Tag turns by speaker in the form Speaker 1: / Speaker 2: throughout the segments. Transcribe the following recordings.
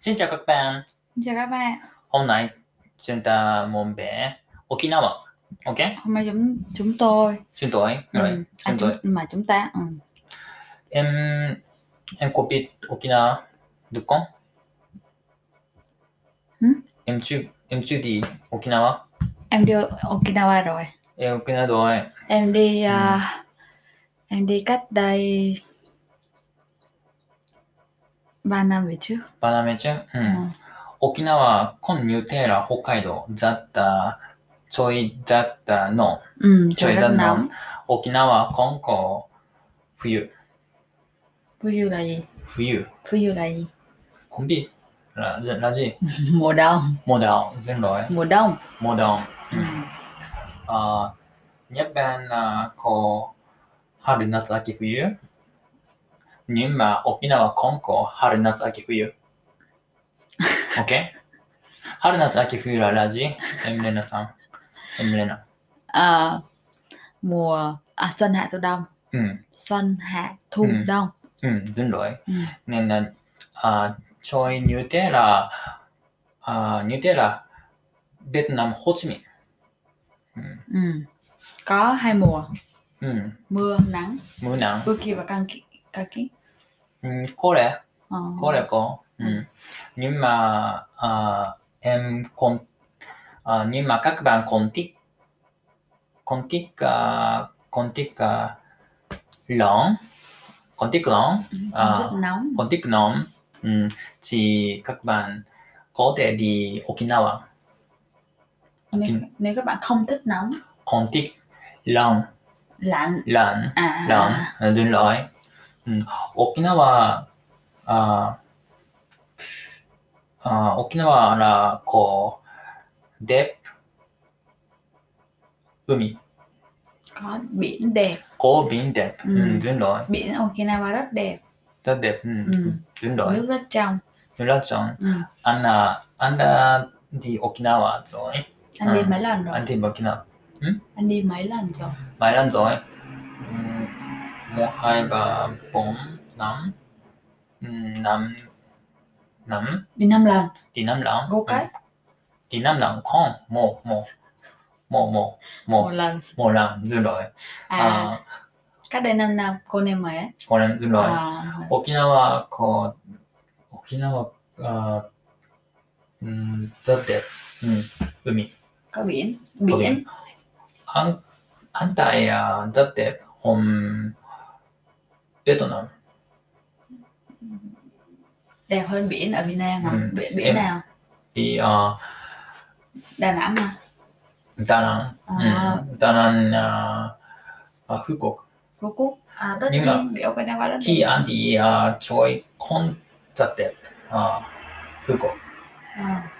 Speaker 1: Xin chào các bạn,
Speaker 2: Xin Chào các bạn,
Speaker 1: hôm nay chúng ta muốn về Okinawa, ok?
Speaker 2: hôm nay chúng chúng tôi,
Speaker 1: Chúng tôi,
Speaker 2: ừ,
Speaker 1: rồi,
Speaker 2: à,
Speaker 1: chúng
Speaker 2: chúng,
Speaker 1: tôi.
Speaker 2: mà chúng ta, ừ.
Speaker 1: Em, em có biết Okinawa được không?
Speaker 2: Hử?
Speaker 1: Em chưa, em chưa đi Okinawa.
Speaker 2: em đi Okinawa rồi,
Speaker 1: Em Okinawa rồi,
Speaker 2: em đi,
Speaker 1: Ừ.
Speaker 2: à, em đi cách đây 3 năm Ờ. về trước,
Speaker 1: バナメチュ、う。
Speaker 2: うん
Speaker 1: 沖縄、コンニューテーラ、北海道、ザッタ、ちょいザッタの、
Speaker 2: ừ,
Speaker 1: Trời
Speaker 2: trời
Speaker 1: đất
Speaker 2: rất
Speaker 1: nóng.
Speaker 2: nóng,
Speaker 1: 沖縄、コンコ、冬、
Speaker 2: Fuyu là gì?
Speaker 1: 冬、
Speaker 2: Fuyu là gì?
Speaker 1: コンビ、ラジ、ラジ、
Speaker 2: Mùa đông,
Speaker 1: モダン、ゼンロイ、
Speaker 2: mùa đông,
Speaker 1: モダン、
Speaker 2: ừ.
Speaker 1: あー日本あーこう春夏秋冬日本沖縄今後春夏秋冬 OK 春夏秋冬はラジエムレナさんエムレナ
Speaker 2: À, mùa, à, xuân hạ thu đông,
Speaker 1: うん
Speaker 2: xuân hạ thu
Speaker 1: Ừ.
Speaker 2: đông,
Speaker 1: うんずんろい
Speaker 2: ừ.
Speaker 1: ねんなあーちょいニューテラあーニューテラベトナムホーチミン
Speaker 2: Ừ. Có hai mùa,
Speaker 1: うん
Speaker 2: mưa, nắng,
Speaker 1: ムナ
Speaker 2: mưa kia và căng kia, căng kia.
Speaker 1: ン、うん、これ
Speaker 2: Ờ.
Speaker 1: có được có ừ.
Speaker 2: Ừ.
Speaker 1: nhưng mà à, em còn à, nhưng mà các bạn còn thích còn thích à, còn thích à, lỏng còn thích lỏng
Speaker 2: Con
Speaker 1: à,
Speaker 2: rất nóng
Speaker 1: còn thích lỏng ừ. thì các bạn có thể đi Okinawa Ờ,
Speaker 2: nếu, nếu các bạn không thích nóng
Speaker 1: còn thích lỏng
Speaker 2: lạnh
Speaker 1: lạnh
Speaker 2: à
Speaker 1: lỏng à, đúng rồi ừ. Okinawa à, à, Okinawa là có đẹp海
Speaker 2: có biển đẹp
Speaker 1: có biển đẹp ừ.
Speaker 2: Ừ.
Speaker 1: đúng rồi
Speaker 2: biển Okinawa rất đẹp
Speaker 1: rất đẹp ừ.
Speaker 2: Ừ.
Speaker 1: đúng rồi
Speaker 2: nước rất trong
Speaker 1: đúng rất chọn
Speaker 2: ừ.
Speaker 1: anh là anh đã đi Okinawa rồi
Speaker 2: anh đi
Speaker 1: Ừ.
Speaker 2: mấy lần rồi
Speaker 1: anh đi Okinawa
Speaker 2: anh đi mấy lần rồi
Speaker 1: mấy lần rồi ừ. một hai ba bốn năm Ừ, năm năm
Speaker 2: đi năm lần
Speaker 1: đi năm lần
Speaker 2: go kart
Speaker 1: thì năm lần không một một một một
Speaker 2: một
Speaker 1: một
Speaker 2: lần
Speaker 1: một lần dư đổi
Speaker 2: à,
Speaker 1: à,
Speaker 2: cách đây năm năm cô nem mấy ấy.
Speaker 1: còn em dư đổi
Speaker 2: à,
Speaker 1: Okinawa có Okinawa à, um, rất đẹp ừ, umi
Speaker 2: có biển
Speaker 1: Có
Speaker 2: biển
Speaker 1: biển. anh anh tại à, rất đẹp hôm Việt Nam
Speaker 2: đẹp hơn biển ở Việt Nam à
Speaker 1: Ừ.
Speaker 2: biển, biển
Speaker 1: Em-
Speaker 2: nào
Speaker 1: thì à,
Speaker 2: Đà Nẵng à,
Speaker 1: Đà Nẵng
Speaker 2: à
Speaker 1: ừ, Đà Nẵng à, à, Phú Quốc
Speaker 2: Phú Quốc à tất
Speaker 1: Nhưng mà-
Speaker 2: nhiên biển Okinawa rất
Speaker 1: khi
Speaker 2: đẹp
Speaker 1: anh đi à, chơi con rất đẹp à, Phú Quốc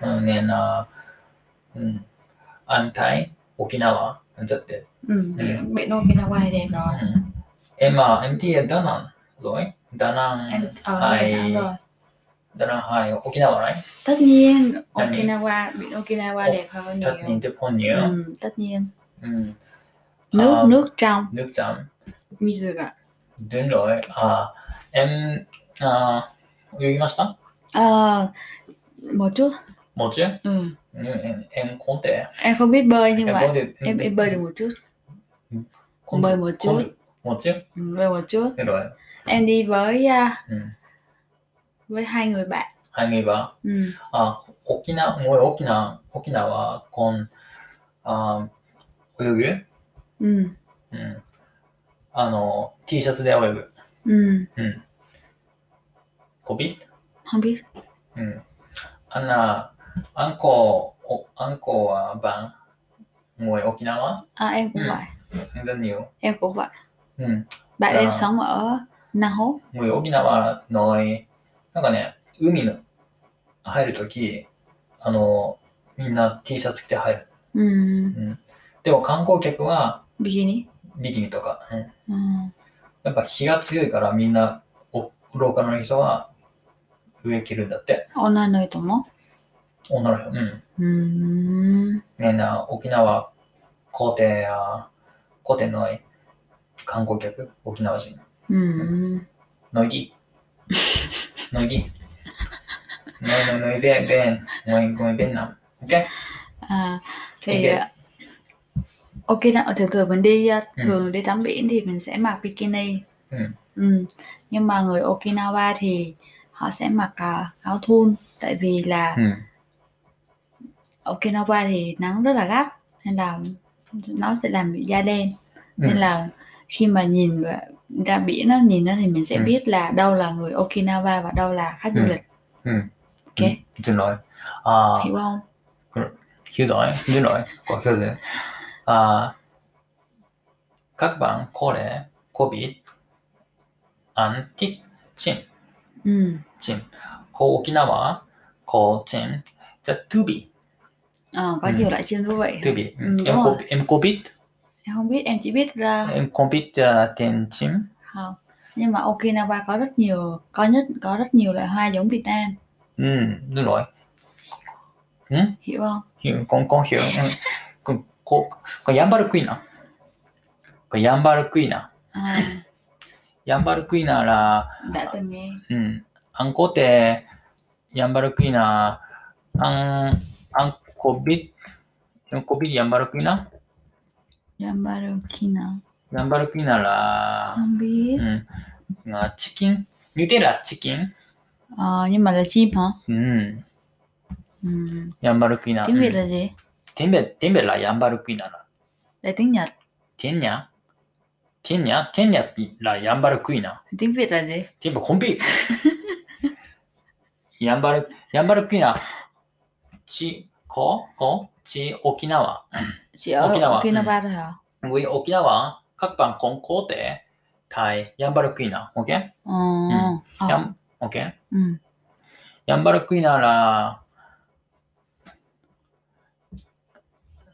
Speaker 2: à,
Speaker 1: nên là ừ, anh thấy Okinawa rất đẹp
Speaker 2: ừ, biển, biển Okinawa thì đẹp rồi
Speaker 1: ừ. em à, em thì em Đà Nẵng rồi Đà Nẵng
Speaker 2: em ở
Speaker 1: Ai-
Speaker 2: Đà Nẵng rồi
Speaker 1: Đà Nẵng hay Okinawa đấy
Speaker 2: tất nhiên
Speaker 1: Tại vì-
Speaker 2: Okinawa biển Okinawa
Speaker 1: Ồ,
Speaker 2: đẹp hơn
Speaker 1: thật
Speaker 2: nhiều
Speaker 1: nhìn đẹp hơn nhiều
Speaker 2: ừ, tất nhiên
Speaker 1: ừ.
Speaker 2: nước
Speaker 1: Ờ.
Speaker 2: nước trong
Speaker 1: nước chấm
Speaker 2: music ạ
Speaker 1: đúng rồi à, em à, yêu mà sao
Speaker 2: Ờ, một chút
Speaker 1: một chứ
Speaker 2: ừ.
Speaker 1: Ừ, em, em có thể
Speaker 2: em không biết bơi nhưng
Speaker 1: em
Speaker 2: mà
Speaker 1: có thể
Speaker 2: em em bơi được một chút
Speaker 1: con-
Speaker 2: bơi một
Speaker 1: con-
Speaker 2: chút
Speaker 1: một chứ
Speaker 2: Ừ, bơi một chút
Speaker 1: thế rồi
Speaker 2: em đi với à,
Speaker 1: Ừ.
Speaker 2: với hai người bạn
Speaker 1: hai người bạn
Speaker 2: ừ.
Speaker 1: あ、沖縄、もう沖縄、沖縄、こん、あ、泳ぐ、
Speaker 2: Ừ.
Speaker 1: うん、あの、T シャツで泳ぐ。
Speaker 2: Ừ.
Speaker 1: こび
Speaker 2: không biết
Speaker 1: うん。あんな、あんこ、おあんこは晩、もう沖縄
Speaker 2: à, em cũng
Speaker 1: Ừ.
Speaker 2: vậy
Speaker 1: 全然よ。
Speaker 2: em cũng vậy
Speaker 1: うん。
Speaker 2: bạn
Speaker 1: Ờ.
Speaker 2: em sống ở Na Hố
Speaker 1: もう沖縄の、なんかね、海の入るとき、あの、みんな T シャツ着て入る。
Speaker 2: ừ.
Speaker 1: でも観光客は
Speaker 2: bikini
Speaker 1: ビキニとか、うん
Speaker 2: ừ.
Speaker 1: やっぱ日が強いからみんなおローカルの人は上着るんだって。
Speaker 2: ona nơi tổ mốt
Speaker 1: 女の人。うん。
Speaker 2: ừ.
Speaker 1: ねんな、沖縄、皇帝や、皇帝の観光客、沖縄人。
Speaker 2: Ừ.
Speaker 1: のぎ。のぎ。 Người người người Việt bên người người Việt Nam. Ok.
Speaker 2: À,
Speaker 1: Tiếng
Speaker 2: thì
Speaker 1: Việt.
Speaker 2: à, ok đó, thường thường mình đi à,
Speaker 1: Ừ.
Speaker 2: thường đi tắm biển thì mình sẽ mặc bikini.
Speaker 1: Ừ.
Speaker 2: Ừ. Nhưng mà người Okinawa thì họ sẽ mặc à, áo thun tại vì là
Speaker 1: Ừ.
Speaker 2: Okinawa thì nắng rất là gắt nên là nó sẽ làm bị da đen.
Speaker 1: Ừ.
Speaker 2: Nên là khi mà nhìn và- ra biển á, nhìn nó thì mình sẽ
Speaker 1: Ừ.
Speaker 2: biết là đâu là người Okinawa và đâu là khách du
Speaker 1: Ừ.
Speaker 2: lịch.
Speaker 1: Ừ.
Speaker 2: Ok,
Speaker 1: Đúng rồi. À,
Speaker 2: hiểu không?
Speaker 1: hiểu rồi, đúng rồi, có hiểu rồi. À, các bạn có lẽ có biết antique chim,
Speaker 2: Ừ.
Speaker 1: chim. Có Okinawa có chim, the tubi,
Speaker 2: Ờ, có
Speaker 1: Ừ.
Speaker 2: nhiều loại chim thú vị.
Speaker 1: tubi.
Speaker 2: Ừ, đúng
Speaker 1: Em
Speaker 2: rồi.
Speaker 1: có em có biết
Speaker 2: Em không biết, em chỉ biết ra
Speaker 1: em có biết uh, tên chim.
Speaker 2: không. Nhưng mà Okinawa có rất nhiều, có nhất có rất nhiều loại hoa giống Việt Nam,
Speaker 1: Ừ, đúng rồi.
Speaker 2: hiểu không?
Speaker 1: Hiểu, con con hiểu. Ừ. Con con con Yambaru Quina. Con Yambaru Quina.
Speaker 2: À,
Speaker 1: Yambaru Quina là
Speaker 2: đã từng nghe.
Speaker 1: うん。あんこって、やんばるクイナ、あん、あんこび、あんこびやんばるクイナ
Speaker 2: Yambaru Kina.
Speaker 1: やんばるクイナら、
Speaker 2: Không
Speaker 1: う
Speaker 2: biết.
Speaker 1: ん。あチキン、ニュテラチキン
Speaker 2: Ờ, nhưng mà là chim hả?
Speaker 1: うん。
Speaker 2: Ừ.
Speaker 1: やんばるクイナ。
Speaker 2: Tiếng Việt
Speaker 1: うん
Speaker 2: là gì?
Speaker 1: テンベ、テンベラやんばるクイナら。
Speaker 2: Là tiếng Nhật.
Speaker 1: テンニャテンニャテンニャらやんばるクイナ。
Speaker 2: Tiếng Việt là gì?
Speaker 1: テンベコンビやんばる、やんばるクイナ。ち、こ、こ、ち、沖縄。
Speaker 2: Chỉ ở
Speaker 1: Okinawa, ừ.
Speaker 2: Okinawa thôi hả?
Speaker 1: với Okinawa các bạn cũng có thể thay Yambaruquina, ok?
Speaker 2: Ờ.
Speaker 1: Ừ.
Speaker 2: Ờ.
Speaker 1: Yam, ok.
Speaker 2: Ừ.
Speaker 1: Yambaruquina là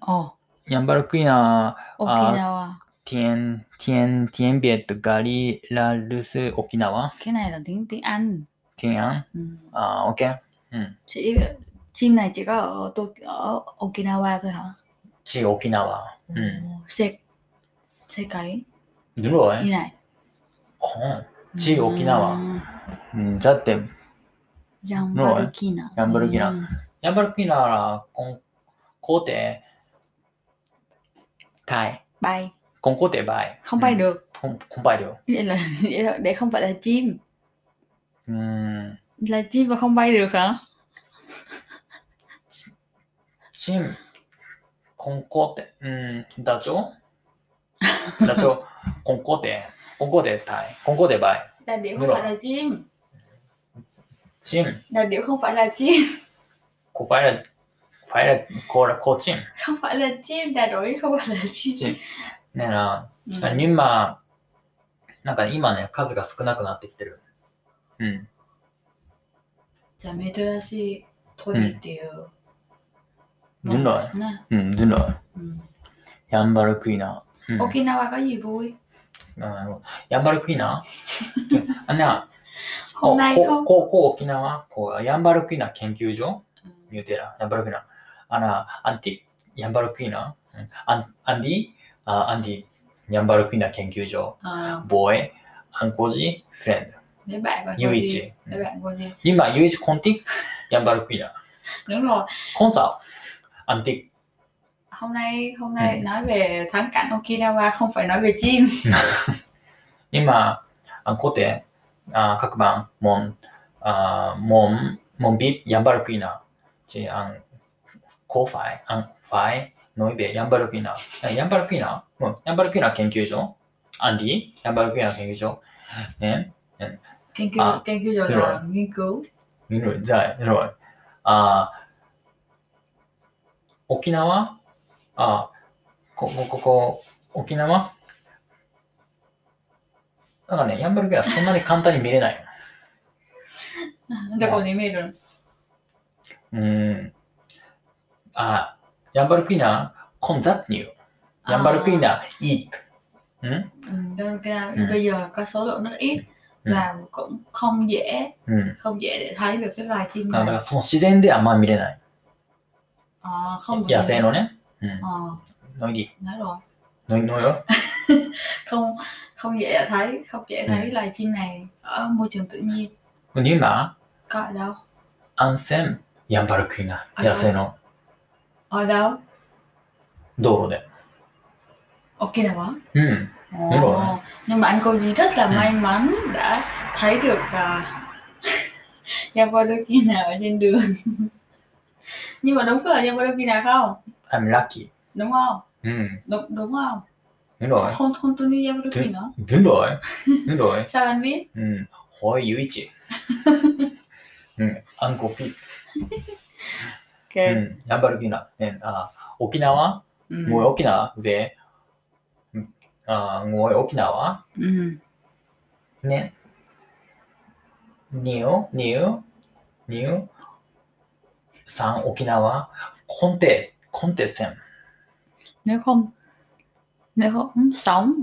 Speaker 2: Ồ,
Speaker 1: Yambaruquina
Speaker 2: Okinawa.
Speaker 1: thiên thiên thiên biệt gari là lus Okinawa
Speaker 2: Cái này là tiếng tiếng Anh.
Speaker 1: thiên án,
Speaker 2: Ừ.
Speaker 1: à, ok.
Speaker 2: Chỉ chim này chỉ có ở Tok- ở Okinawa thôi hả?
Speaker 1: Chỉ Okinawa. Ừ.
Speaker 2: Xe xe cấy
Speaker 1: Đúng rồi.
Speaker 2: như này.
Speaker 1: Không. Chỉ
Speaker 2: Ừ.
Speaker 1: Okinawa. Ừ, rất đẹp.
Speaker 2: Yambarukina.
Speaker 1: Yambarukina.
Speaker 2: Ừ.
Speaker 1: Yambaruquina là cũng có thể thay,
Speaker 2: Bay,
Speaker 1: cũng có thể bay.
Speaker 2: không bay
Speaker 1: Ừ,
Speaker 2: được.
Speaker 1: Không, không bay được.
Speaker 2: Nghĩa là nghĩa là để không phải là chim,
Speaker 1: Ừ.
Speaker 2: là chim mà không bay được hả?
Speaker 1: chim con có thể um, đã chỗ đã chỗ con có thể con có thể thải con có thể bài
Speaker 2: Đà điểu
Speaker 1: Đúng
Speaker 2: không
Speaker 1: rồi.
Speaker 2: phải là chim,
Speaker 1: chim
Speaker 2: đà điểu không phải là chim,
Speaker 1: có phải là phải là cô là cô chim
Speaker 2: không phải là chim, đà đổi không phải là chim.
Speaker 1: Chim. nên là
Speaker 2: Ừ.
Speaker 1: nhưng mà なんか今ね、数が少なくなってきてる。うん。
Speaker 2: Dạ, Yamedurashi
Speaker 1: Ừ.
Speaker 2: Toritiu.
Speaker 1: Đúng rồi. Ừ, đúng rồi. Yambaru Quina. Ừ.
Speaker 2: Okinawa có gì vui?
Speaker 1: À, Yambaru Quina? à, nè,
Speaker 2: Hôm nay
Speaker 1: こ
Speaker 2: không?
Speaker 1: ここ沖縄こうヤンバルクイナ研究所
Speaker 2: Ừ.
Speaker 1: ニューテラヤンバルクイナあのアンティヤンバルクイナうんアンアンディあアンディヤンバルクイナ研究所
Speaker 2: Ờ,
Speaker 1: ボーエアンコジフレン
Speaker 2: mấy bạn còn
Speaker 1: ド
Speaker 2: có
Speaker 1: ユイ
Speaker 2: gì?
Speaker 1: チ
Speaker 2: Mấy bạn còn gì?
Speaker 1: 今ユイチコンティヤンバルクイナ
Speaker 2: Đúng rồi.
Speaker 1: コンサアンテ
Speaker 2: hôm nay hôm nay
Speaker 1: Ừ.
Speaker 2: nói về thắng cảnh Okinawa không phải nói về chim
Speaker 1: ィ今アンコテあ各番モンあモンモンビヤンバルクイナジアンコファイ、アンファイ、ノイベ、ヤンバルクイナ。ヤンバルクイナうん。ヤンバルクイナ研究所アンディヤンバルクイナ研究所ね。
Speaker 2: nghiên cứu
Speaker 1: À,
Speaker 2: nghiên cứu rồi
Speaker 1: đúng rồi.
Speaker 2: là nghiên cứu
Speaker 1: 見るじゃあ、ロイ。あ沖縄あここ、ここ、沖縄なんかね、ヤンバルクイナそんなに簡単に見れない。Dạ.
Speaker 2: đã còn đến mê rồi
Speaker 1: うん。あ、ヤンバルクイナ、コンザッニュー。ヤンバルクイナ、イート。うん
Speaker 2: Ừ, đâu ra-
Speaker 1: Ừ.
Speaker 2: bây giờ có số lượng rất ít
Speaker 1: Ừ.
Speaker 2: và cũng không dễ
Speaker 1: うん。
Speaker 2: không dễ để thấy được cái loài chim
Speaker 1: あだ
Speaker 2: này
Speaker 1: からその自然ではあんま見れない。
Speaker 2: Ờ, không được
Speaker 1: 野生のね。
Speaker 2: Ờ,
Speaker 1: ノイギ
Speaker 2: nói rồi
Speaker 1: ノイノイよ。
Speaker 2: không không dễ để thấy không dễ
Speaker 1: Ừ.
Speaker 2: thấy loài chim này ở môi trường tự nhiên
Speaker 1: これ今、
Speaker 2: có ở đâu
Speaker 1: 安全、ヤンバルクイナ、
Speaker 2: あら
Speaker 1: 野生の
Speaker 2: Ở đâu?
Speaker 1: 道路で。
Speaker 2: Okinawa.
Speaker 1: うん。
Speaker 2: Ồ,
Speaker 1: Đúng rồi.
Speaker 2: Nhưng mà anh cô gì rất là
Speaker 1: Ừ.
Speaker 2: may mắn đã thấy được à, Yapadokina ở trên đường. Nhưng mà đúng là Yapadokina không?
Speaker 1: I'm lucky.
Speaker 2: Đúng không?
Speaker 1: うん。
Speaker 2: Đúng đúng không?
Speaker 1: ぬろ
Speaker 2: Không không tôi đi Yapadokina.
Speaker 1: い。ぬ ろい。ぬろい。
Speaker 2: Sao anh biết?
Speaker 1: うん。ほい、ゆい ち。うん。アンコピー。
Speaker 2: Ok.
Speaker 1: うん。ヤンバルクイナ。ねあ沖縄
Speaker 2: Ừ.
Speaker 1: もう沖縄で、うんあーもう沖縄
Speaker 2: Ừ.
Speaker 1: ね。ニュー、ニュー、ニュー、さん、沖縄、コンテ、コンテセン、
Speaker 2: Nếu không nếu không sống.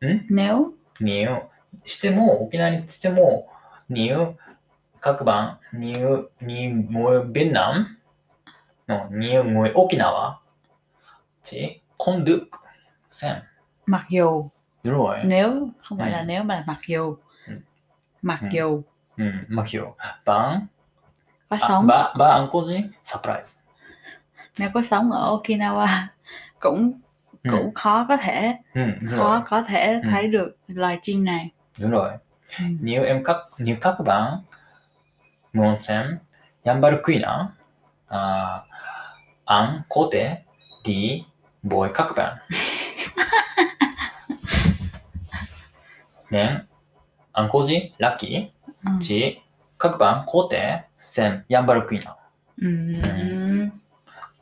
Speaker 1: Ừ?
Speaker 2: Nếu
Speaker 1: ニュー、しても、沖縄にしても、ニュー、各番、ニュー、ニュー、もう、ベンナムの、ニュー、もう、沖縄、ち、コンドゥク、セン、
Speaker 2: mặc dù
Speaker 1: ドローイ、
Speaker 2: nếu không phải
Speaker 1: Ừ.
Speaker 2: là nếu mà là mặc dù
Speaker 1: Ừ.
Speaker 2: mặc
Speaker 1: Ừ.
Speaker 2: dù
Speaker 1: うん、マキオ、バン、あ
Speaker 2: có sống
Speaker 1: ババンコジ、サプライズ。
Speaker 2: nếu có sống ở Okinawa cũng
Speaker 1: う
Speaker 2: cũng
Speaker 1: ん、
Speaker 2: khó có thể
Speaker 1: うん、ドロ
Speaker 2: khó
Speaker 1: ー
Speaker 2: có thể
Speaker 1: Ừ.
Speaker 2: thấy được loài chim này
Speaker 1: イ、ドローイ。
Speaker 2: Ừ.
Speaker 1: ニューエムカニューカクバン、ムオンセン、ヤンバルクイナ、あーアンコテ、ディ、ボーイカクバン。ね、アンコジ、ラッキ
Speaker 2: Ừ.
Speaker 1: ー、ジ、カクバン、コテ、セン、ヤンバルクイナ、
Speaker 2: Ừ.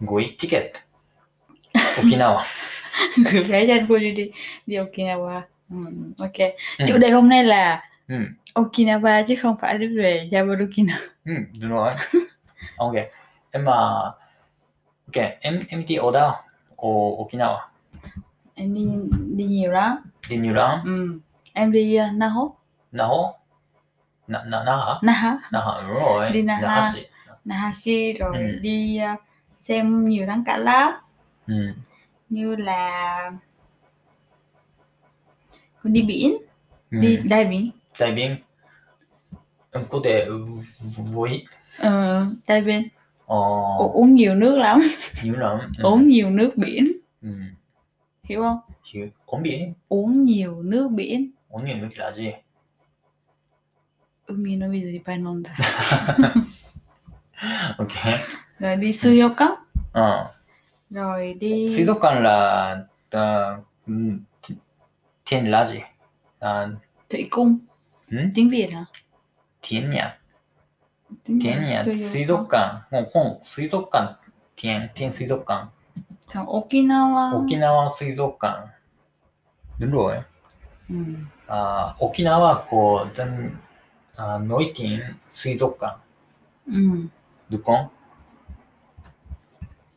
Speaker 1: ゴイ、ティケット、沖縄。
Speaker 2: gửi vé cho anh Quân đi đi đi Okinawa ừ. ok
Speaker 1: Ừ.
Speaker 2: chủ đề hôm nay là
Speaker 1: うん、
Speaker 2: Okinawa chứ không phải về Yaburukina
Speaker 1: うん、どのい。オッケー。え、まあ、オッケー、M- MT オーダー、お沖縄、
Speaker 2: em đi đi nhiều lắm
Speaker 1: ディニュラン、
Speaker 2: ừ. em đi uh, Naho
Speaker 1: なおな、な、なは
Speaker 2: Naha
Speaker 1: なは、うろい。
Speaker 2: リナハ
Speaker 1: なはし。
Speaker 2: Nahashi
Speaker 1: Ừ.
Speaker 2: rồi đi uh, xem nhiều thắng cả lắm
Speaker 1: うん。
Speaker 2: như là đi biển
Speaker 1: うん
Speaker 2: đi đai biển
Speaker 1: ダイビング。うんこで、う、う、うい。
Speaker 2: ờ, đai biển
Speaker 1: ああ
Speaker 2: U- uống nhiều nước lắm
Speaker 1: ニューラン。
Speaker 2: uống nhiều nước biển
Speaker 1: うん。うん。
Speaker 2: hiểu không
Speaker 1: ひゅコンビ
Speaker 2: uống nhiều nước biển
Speaker 1: おにゅうきら じ。
Speaker 2: umi no mizu ipai nonda
Speaker 1: オッケー。
Speaker 2: rồi đi suyokan rồi
Speaker 1: うん。
Speaker 2: đi
Speaker 1: 水族館ら、だ、うん、ててんらじ。あ、
Speaker 2: thủy cung
Speaker 1: Ừ.
Speaker 2: tiếng việt hả
Speaker 1: てんや。
Speaker 2: tiếng
Speaker 1: てんや。
Speaker 2: Suyokan.
Speaker 1: 水族館。もう、本、水族館。てん、てん水族館。
Speaker 2: thằng okinawa
Speaker 1: 沖縄水族館。うろい。
Speaker 2: ừ.
Speaker 1: あー沖縄こう全あーノイティン水族館
Speaker 2: Ừ.
Speaker 1: ドコン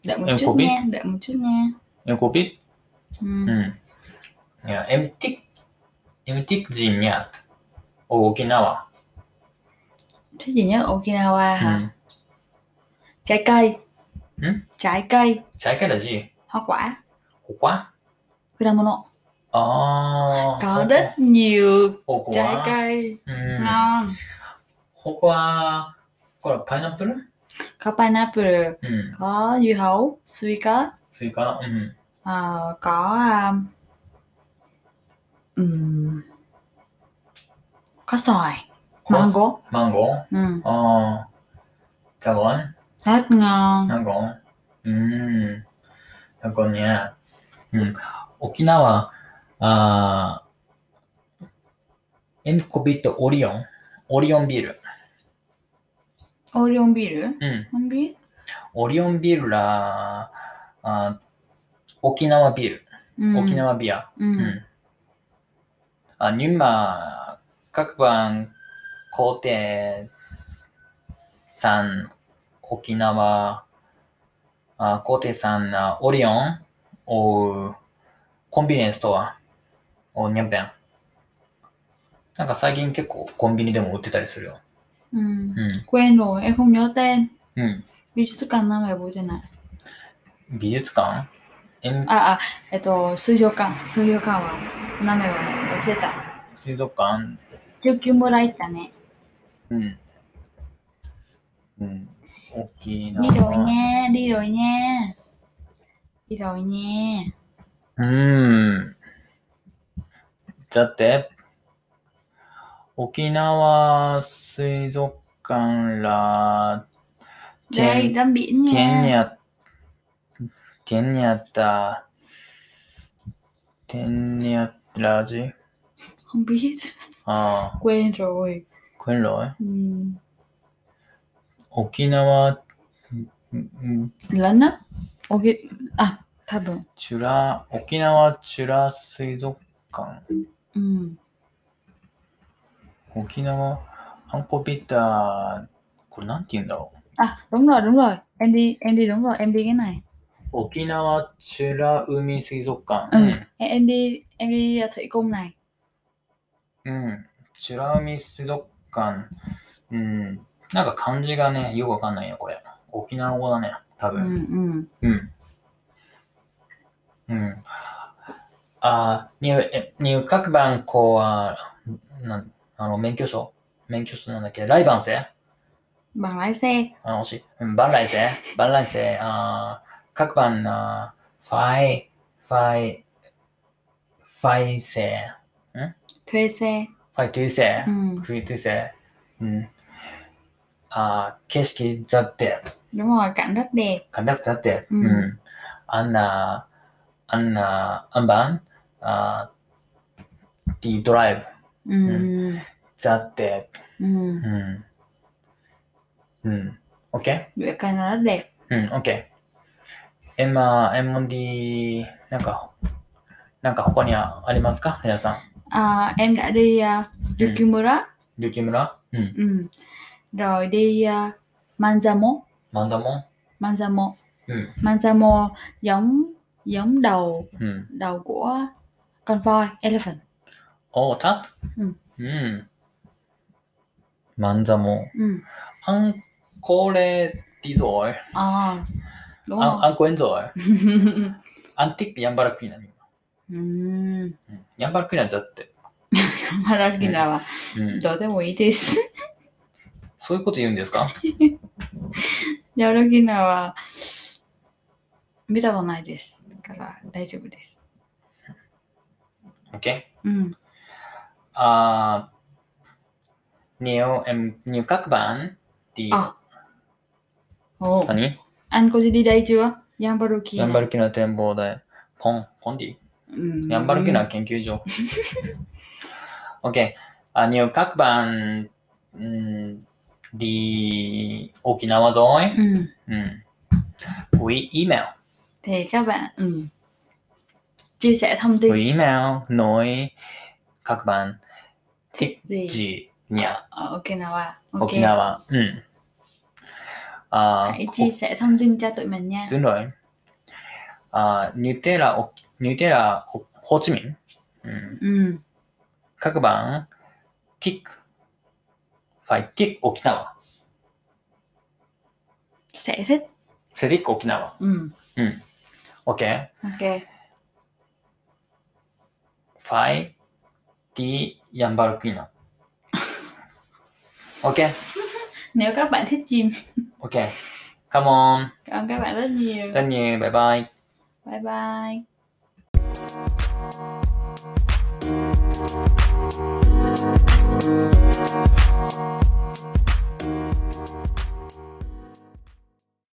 Speaker 2: đợi một
Speaker 1: Em
Speaker 2: chút
Speaker 1: có biết.
Speaker 2: nha đợi một chút nha
Speaker 1: エコピ
Speaker 2: ừ.
Speaker 1: うんいやエムティッエムティッジニャお沖縄
Speaker 2: thế gì nhất okinawa
Speaker 1: う
Speaker 2: hả
Speaker 1: ん
Speaker 2: trái cây
Speaker 1: Ừ.
Speaker 2: trái cây
Speaker 1: チャイカラジ
Speaker 2: hoa quả
Speaker 1: ほか
Speaker 2: Kudamono
Speaker 1: ああ
Speaker 2: có rất nhiều
Speaker 1: ほこ
Speaker 2: trái
Speaker 1: は
Speaker 2: cây
Speaker 1: うん
Speaker 2: ngon
Speaker 1: ほこはこれパイナップル
Speaker 2: có pineapple
Speaker 1: うん
Speaker 2: có dưa hấu suica
Speaker 1: スイカうん
Speaker 2: ờ, có um, ừm, có xoài
Speaker 1: コース
Speaker 2: mango
Speaker 1: マンゴー
Speaker 2: ừ.
Speaker 1: ああザゴン
Speaker 2: rất ngon
Speaker 1: なんか、うーん。なんかね、うん。沖縄、あーエンコビットオリオン、オリオンビール。
Speaker 2: Orion beer á?
Speaker 1: うん。
Speaker 2: không biết
Speaker 1: オリオンビールら、あー沖縄ビール、
Speaker 2: ừ.
Speaker 1: 沖縄ビア。
Speaker 2: ừ.
Speaker 1: うん。あ、ニュンマ、各番、皇帝さん、沖縄、あ皇帝さん、あオリオン、おうコンビニエンスストア、おニャンペン。なんか最近結構コンビニでも売ってたりするよ。
Speaker 2: Ừ.
Speaker 1: うん。
Speaker 2: quen rồi em không nhớ tên
Speaker 1: うん。
Speaker 2: đi xuất cảnh nam bộ trên này
Speaker 1: 美術館えん
Speaker 2: à à eh to suyokan suyokan wa nam wa oseta
Speaker 1: 水族館
Speaker 2: Yukimura 行ったね。
Speaker 1: うん。うん。
Speaker 2: đi rồi
Speaker 1: 沖縄。
Speaker 2: nha đi rồi nha đi rồi nha
Speaker 1: うん。だって、沖縄水族館ら、
Speaker 2: đây
Speaker 1: Chen-
Speaker 2: tắm biển
Speaker 1: ケ
Speaker 2: nha
Speaker 1: ニア、ケニアタ、ケニアラジ
Speaker 2: không biết
Speaker 1: ああ、
Speaker 2: quên rồi
Speaker 1: クンロイ
Speaker 2: ừ.
Speaker 1: 沖縄、んん
Speaker 2: lớn á ok à thật rồi
Speaker 1: チュラ、沖縄チュラ水族館。
Speaker 2: ừ.
Speaker 1: 沖縄、アンコビタ、これなんて言うんだろう
Speaker 2: à đúng rồi đúng rồi em đi em đi đúng rồi em đi cái này
Speaker 1: 沖縄チュラ海水族館。
Speaker 2: Ừ. em, em đi em đi ờ, thủy cung này
Speaker 1: うん。チュラ海水族館。うん。なんか漢字がね、よくわかんないよ、これ。沖縄語だね、多
Speaker 2: ừ,
Speaker 1: 分。
Speaker 2: ừ.
Speaker 1: うん。うん。あ、入、え入学番校は、なん、あの、免許証免許証なんだっけ来番生
Speaker 2: bằng lái xe
Speaker 1: あ、惜しい。うん、万来生万来生、あー各番な、ファイ、ファイ、ファイ生。
Speaker 2: thuê xe
Speaker 1: ファイトゥーセ
Speaker 2: ừ.
Speaker 1: ー、フリートゥーセー、うん。あー景色だって、
Speaker 2: đúng rồi cảnh rất đẹp
Speaker 1: 感覚だって、
Speaker 2: うん
Speaker 1: うん。あんな、あんな、あんばん、あー、ディードライブ、
Speaker 2: ừ.
Speaker 1: Ừ. だって、
Speaker 2: Ừ.
Speaker 1: うん。うん。OK?
Speaker 2: Địa cây nó rất đẹp
Speaker 1: うん、OK。今、M&D、なんか、なんか他にあありますか皆さん。
Speaker 2: à, em đã đi uh,
Speaker 1: Ừ.
Speaker 2: Yukimura
Speaker 1: 琉球村うん。
Speaker 2: ừ. rồi đi uh, Manzamo
Speaker 1: マンダモ
Speaker 2: Manzamo
Speaker 1: Ừ.
Speaker 2: Manzamo giống giống đầu
Speaker 1: ンうん。
Speaker 2: đầu của con voi elephant
Speaker 1: おーた
Speaker 2: うん。
Speaker 1: うん。マンザモ。
Speaker 2: ừ.
Speaker 1: アンコレディゾイ。
Speaker 2: à, đúng
Speaker 1: アン ア
Speaker 2: không
Speaker 1: ンコエンゾイ。アンティックヤンバラクイナに。
Speaker 2: Ừ. Ừm.
Speaker 1: うんヤンバラクイナだって。
Speaker 2: mà ra khi nào à
Speaker 1: うん。
Speaker 2: đổi tới quỷ thì
Speaker 1: そういうこと言うんですか
Speaker 2: do đó khi nào à biết đâu này thì là đây chụp đi
Speaker 1: ?OK?
Speaker 2: ừ.
Speaker 1: あー、ニオ、えん、ニュ各版ディ。
Speaker 2: あ Ồ,
Speaker 1: 何
Speaker 2: anh có đi đây chưa Yambaruki
Speaker 1: ヤンバラクイナ展望台。ポン、ポンディ。
Speaker 2: ừ.
Speaker 1: ヤンバルキュナ研究所。OK。あ、ニュー各版、うん、D、沖縄沿い。
Speaker 2: ừ.
Speaker 1: うん。We email.
Speaker 2: thì các bạn ừ. chia sẻ thông tin
Speaker 1: We email. ノイ各版
Speaker 2: thích gì
Speaker 1: ジニャ、
Speaker 2: ở Okinawa ok
Speaker 1: 沖縄。うん。あ
Speaker 2: hãy chia sẻ thông tin cho tụi mình nha
Speaker 1: ずんろい。あ、ニューテラ、おニューテラ、ホホーチミン。うん。
Speaker 2: ừ.
Speaker 1: 各版、ティック。ファイティック沖縄。
Speaker 2: sẽ thích
Speaker 1: セディック沖縄。
Speaker 2: ừ.
Speaker 1: オッケー
Speaker 2: ok
Speaker 1: ファイ、ディ、ヤンバルクイナ。オッケー
Speaker 2: nếu các bạn thích chim
Speaker 1: オッケーカモン、
Speaker 2: cảm ơn các bạn rất nhiều
Speaker 1: ダニー、バイバイ。
Speaker 2: bye bye